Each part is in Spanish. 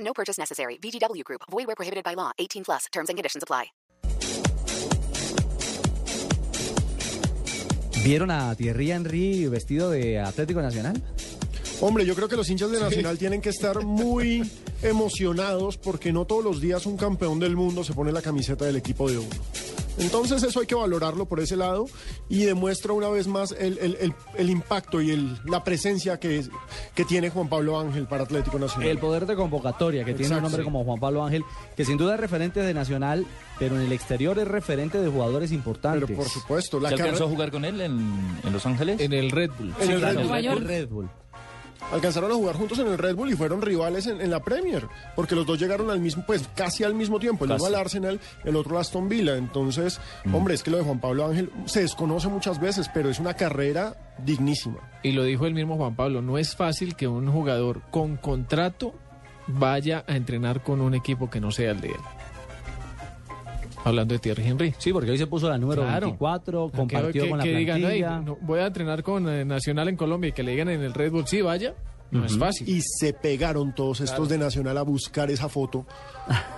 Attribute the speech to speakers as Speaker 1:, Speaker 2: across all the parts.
Speaker 1: No purchase necessary. VGW Group. Void where prohibited by law. 18 plus. Terms and conditions apply.
Speaker 2: ¿Vieron a Thierry Henry vestido de Atlético Nacional?
Speaker 3: Hombre, yo creo que los hinchas de Nacional tienen que estar muy emocionados porque no todos los días un campeón del mundo se pone la camiseta del equipo de uno. Entonces eso hay que valorarlo por ese lado y demuestra una vez más el, el- el- el impacto y el- la presencia que, es- que tiene Juan Pablo Ángel para Atlético Nacional.
Speaker 2: El poder de convocatoria que tiene un
Speaker 3: Exacto,
Speaker 2: hombre
Speaker 3: sí.
Speaker 2: como Juan Pablo Ángel, que sin duda es referente de Nacional, pero en el exterior es referente de jugadores importantes.
Speaker 3: Pero por supuesto, la
Speaker 4: ¿Se
Speaker 3: cara-
Speaker 4: alcanzó a jugar con él en, en Los Ángeles?
Speaker 5: En el Red Bull.
Speaker 3: en el Red Bull.
Speaker 2: Nueva
Speaker 4: Red
Speaker 2: York.
Speaker 4: Bull.
Speaker 2: Red Bull.
Speaker 3: alcanzaron a jugar juntos en el Red Bull y fueron rivales en, en la Premier, porque los dos llegaron al mismo, pues casi al mismo tiempo, el uno
Speaker 4: Casi.
Speaker 3: al Arsenal, el otro al Aston Villa. Entonces, hombre, es que lo de Juan Pablo Ángel se desconoce muchas veces, pero es una carrera dignísima.
Speaker 5: Y lo dijo el mismo Juan Pablo, no es fácil que un jugador con contrato vaya a entrenar con un equipo que no sea el de él. Hablando de Thierry Henry.
Speaker 2: Sí, porque hoy se puso la número
Speaker 5: Claro.
Speaker 2: 24,
Speaker 5: Que-
Speaker 2: compartió
Speaker 5: que-
Speaker 2: con la
Speaker 5: que digan,
Speaker 2: plantilla.
Speaker 5: "Ey, no, voy a entrenar con eh, Nacional en Colombia y que le digan en el Red Bull, sí, vaya, no es fácil.
Speaker 3: Y se pegaron todos estos de Nacional a buscar esa foto.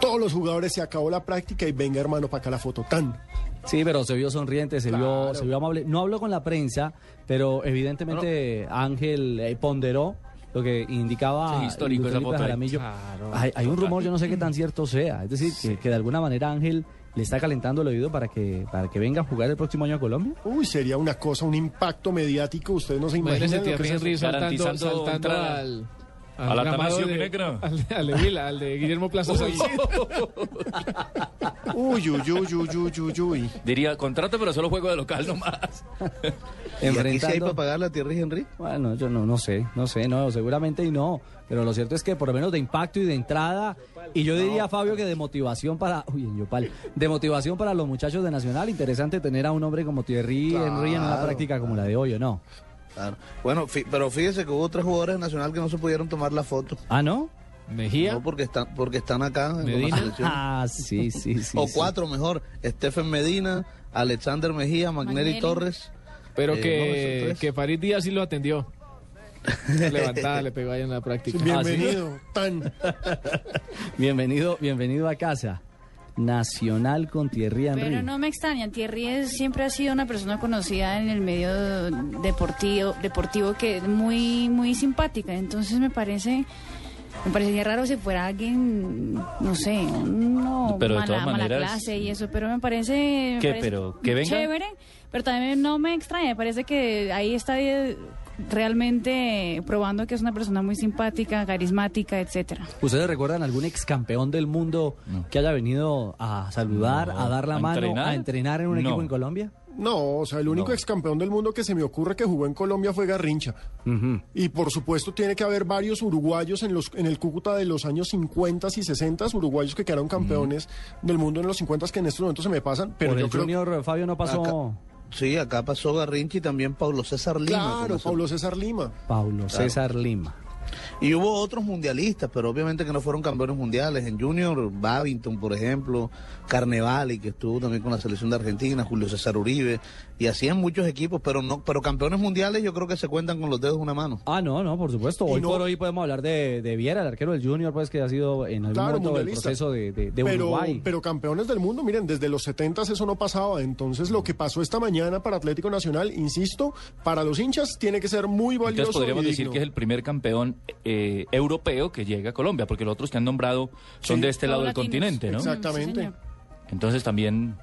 Speaker 3: Todos los jugadores se acabó la práctica y venga hermano para acá la foto. Tan.
Speaker 2: Sí, pero se vio sonriente, se, vio, se vio amable. No habló con la prensa, pero evidentemente Ángel eh, ponderó lo que indicaba
Speaker 4: Sí, histórico
Speaker 2: Luis
Speaker 4: esa
Speaker 2: Felipe
Speaker 4: foto ahí.
Speaker 2: Jaramillo.
Speaker 5: Claro.
Speaker 2: hay, hay un rumor, yo no sé qué tan cierto sea. Es decir, que, que de alguna manera Ángel le está calentando el oído para que, para que venga a jugar el próximo año a Colombia.
Speaker 3: Uy, sería una cosa, un impacto mediático. Ustedes no se
Speaker 5: Imagínense
Speaker 3: imaginan. lo que es
Speaker 5: Thierry
Speaker 3: eso.
Speaker 5: Henry saltando,
Speaker 4: garantizando
Speaker 5: saltando
Speaker 4: entrada
Speaker 5: al...
Speaker 4: a
Speaker 5: al
Speaker 4: la
Speaker 5: gramado
Speaker 4: Atanasio
Speaker 5: de-
Speaker 4: Minegra.
Speaker 5: Al, al de Vila, al de Guillermo Plaza. Salcedo.
Speaker 3: Uy, uy, uy, uy, uy, uy, uy.
Speaker 4: Diría, contrata, pero solo juego de local nomás.
Speaker 2: Enfrentando...
Speaker 6: pagar la Thierry Henry?
Speaker 2: Bueno, yo no, no sé, no sé, no, seguramente y no. Pero lo cierto es que por lo menos de impacto y de entrada, y yo diría, Fabio, que de motivación para, uy, en Yopal, de motivación para los muchachos de Nacional, interesante tener a un hombre como Thierry Henry en una práctica como la de hoy, ¿o no?
Speaker 6: Claro. Bueno, fí- pero fíjese que hubo tres jugadores de nacional que no se pudieron tomar la foto.
Speaker 2: ¿Ah, no?
Speaker 5: Mejía.
Speaker 6: No porque están, porque están acá en
Speaker 5: Medina.
Speaker 6: la selección.
Speaker 2: Ah, sí, sí, sí.
Speaker 6: o
Speaker 2: sí.
Speaker 6: cuatro mejor. Stephen Medina, Alexander Mejía, Magnelli
Speaker 7: Magnelli.
Speaker 6: Torres.
Speaker 5: Pero
Speaker 6: Eh, no,
Speaker 5: que,
Speaker 6: esos tres.
Speaker 5: que Farid Díaz sí lo atendió. Levantada, le pegó ahí en la práctica.
Speaker 3: Bienvenido, Tan.
Speaker 2: Bienvenido, bienvenido a casa. Nacional con Thierry Henry.
Speaker 7: Pero no me extraña, Thierry es- siempre ha sido una persona conocida en el medio deportivo, deportivo que es muy, muy simpática. Entonces me parece, me parecería raro si fuera alguien, no sé, no,
Speaker 4: Pero de
Speaker 7: mala,
Speaker 4: todas
Speaker 7: mala
Speaker 4: maneras-
Speaker 7: clase y eso, pero me parece, me
Speaker 4: ¿Qué,
Speaker 7: parece
Speaker 4: pero que venga?
Speaker 7: chévere, pero también no me extraña, me parece que ahí está eh, realmente probando que es una persona muy simpática, carismática, etcétera.
Speaker 2: ¿Ustedes recuerdan algún ex campeón del mundo que haya venido a saludar,
Speaker 4: No.
Speaker 2: a dar la
Speaker 4: ¿A
Speaker 2: mano,
Speaker 4: entrenar?
Speaker 2: a entrenar en un
Speaker 4: No.
Speaker 2: equipo en Colombia?
Speaker 3: No, o sea, el único excampeón del mundo que se me ocurre que jugó en Colombia fue Garrincha. Y por supuesto tiene que haber varios uruguayos en los en el Cúcuta de los años 50 y 60, uruguayos que quedaron campeones del mundo en los 50 que en estos momentos se me pasan, pero
Speaker 2: Por
Speaker 3: yo
Speaker 2: el
Speaker 3: creo
Speaker 2: Junior Fabio no pasó
Speaker 6: Sí, acá pasó Garrincha y también Pablo César Lima.
Speaker 3: Claro,
Speaker 6: como se-
Speaker 3: Pablo César Lima.
Speaker 2: Paulo César Lima.
Speaker 6: Y hubo otros mundialistas, pero obviamente que no fueron campeones mundiales. En Junior, Babington, por ejemplo, Carnevali, que estuvo también con la selección de Argentina, Julio César Uribe, y así en muchos equipos, pero no, pero campeones mundiales yo creo que se cuentan con los dedos de una mano.
Speaker 2: Ah, no, no, por supuesto.
Speaker 3: Y
Speaker 2: Hoy
Speaker 3: no-
Speaker 2: por hoy podemos hablar de, de Viera, el arquero del Junior, pues que ha sido en algún
Speaker 3: Claro,
Speaker 2: momento del
Speaker 3: mundialista.
Speaker 2: proceso de, de- de
Speaker 3: pero,
Speaker 2: Uruguay.
Speaker 3: pero campeones del mundo, miren, desde los 70 eso no pasaba. Entonces, lo que pasó esta mañana para Atlético Nacional, insisto, para los hinchas tiene que ser muy valioso.
Speaker 4: Entonces podríamos
Speaker 3: y
Speaker 4: decir
Speaker 3: digno.
Speaker 4: que es el primer campeón eh, europeo que llega a Colombia, porque los otros que han nombrado son
Speaker 3: Sí.
Speaker 4: de este lado del
Speaker 7: Paulatinos.
Speaker 4: continente, ¿no?
Speaker 3: Exacto.
Speaker 7: Sí,
Speaker 3: Exactamente.
Speaker 7: señor.
Speaker 4: Entonces también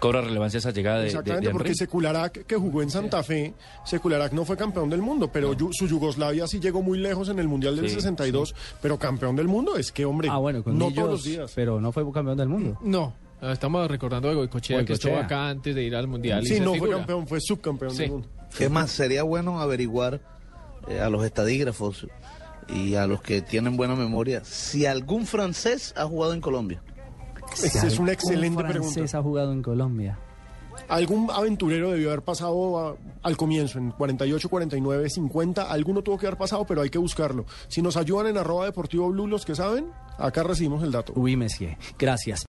Speaker 4: cobra relevancia esa llegada de, de,
Speaker 3: Exactamente,
Speaker 4: de
Speaker 3: porque
Speaker 4: Henry.
Speaker 3: Secularac, que jugó en Santa Fe, Secularac no fue campeón del mundo, pero yu- su Yugoslavia sí llegó muy lejos en el Mundial del
Speaker 4: Sí,
Speaker 3: 62, pero campeón del mundo es que, hombre,
Speaker 2: ah, bueno, con
Speaker 3: no
Speaker 2: Millos,
Speaker 3: todos los días.
Speaker 2: pero no fue campeón del mundo.
Speaker 5: No, Ah, estamos recordando a Goicochea, que
Speaker 2: Goicoechea.
Speaker 5: estuvo acá antes de ir al Mundial. y
Speaker 3: Sí,
Speaker 5: ser
Speaker 3: no fue
Speaker 5: figura.
Speaker 3: campeón, fue subcampeón
Speaker 5: Sí.
Speaker 3: del mundo.
Speaker 6: Es más, sería bueno averiguar eh, a los estadígrafos y a los que tienen buena memoria, si algún francés ha jugado en Colombia.
Speaker 3: Esa es una excelente
Speaker 2: un francés
Speaker 3: pregunta.
Speaker 2: ha jugado en Colombia.
Speaker 3: Algún aventurero debió haber pasado a- al comienzo, en 48, 49, 50. Alguno tuvo que haber pasado, pero hay que buscarlo. Si nos ayudan en arroba deportivo blue, los que saben, acá recibimos el dato.
Speaker 2: Uy, Messier. Gracias.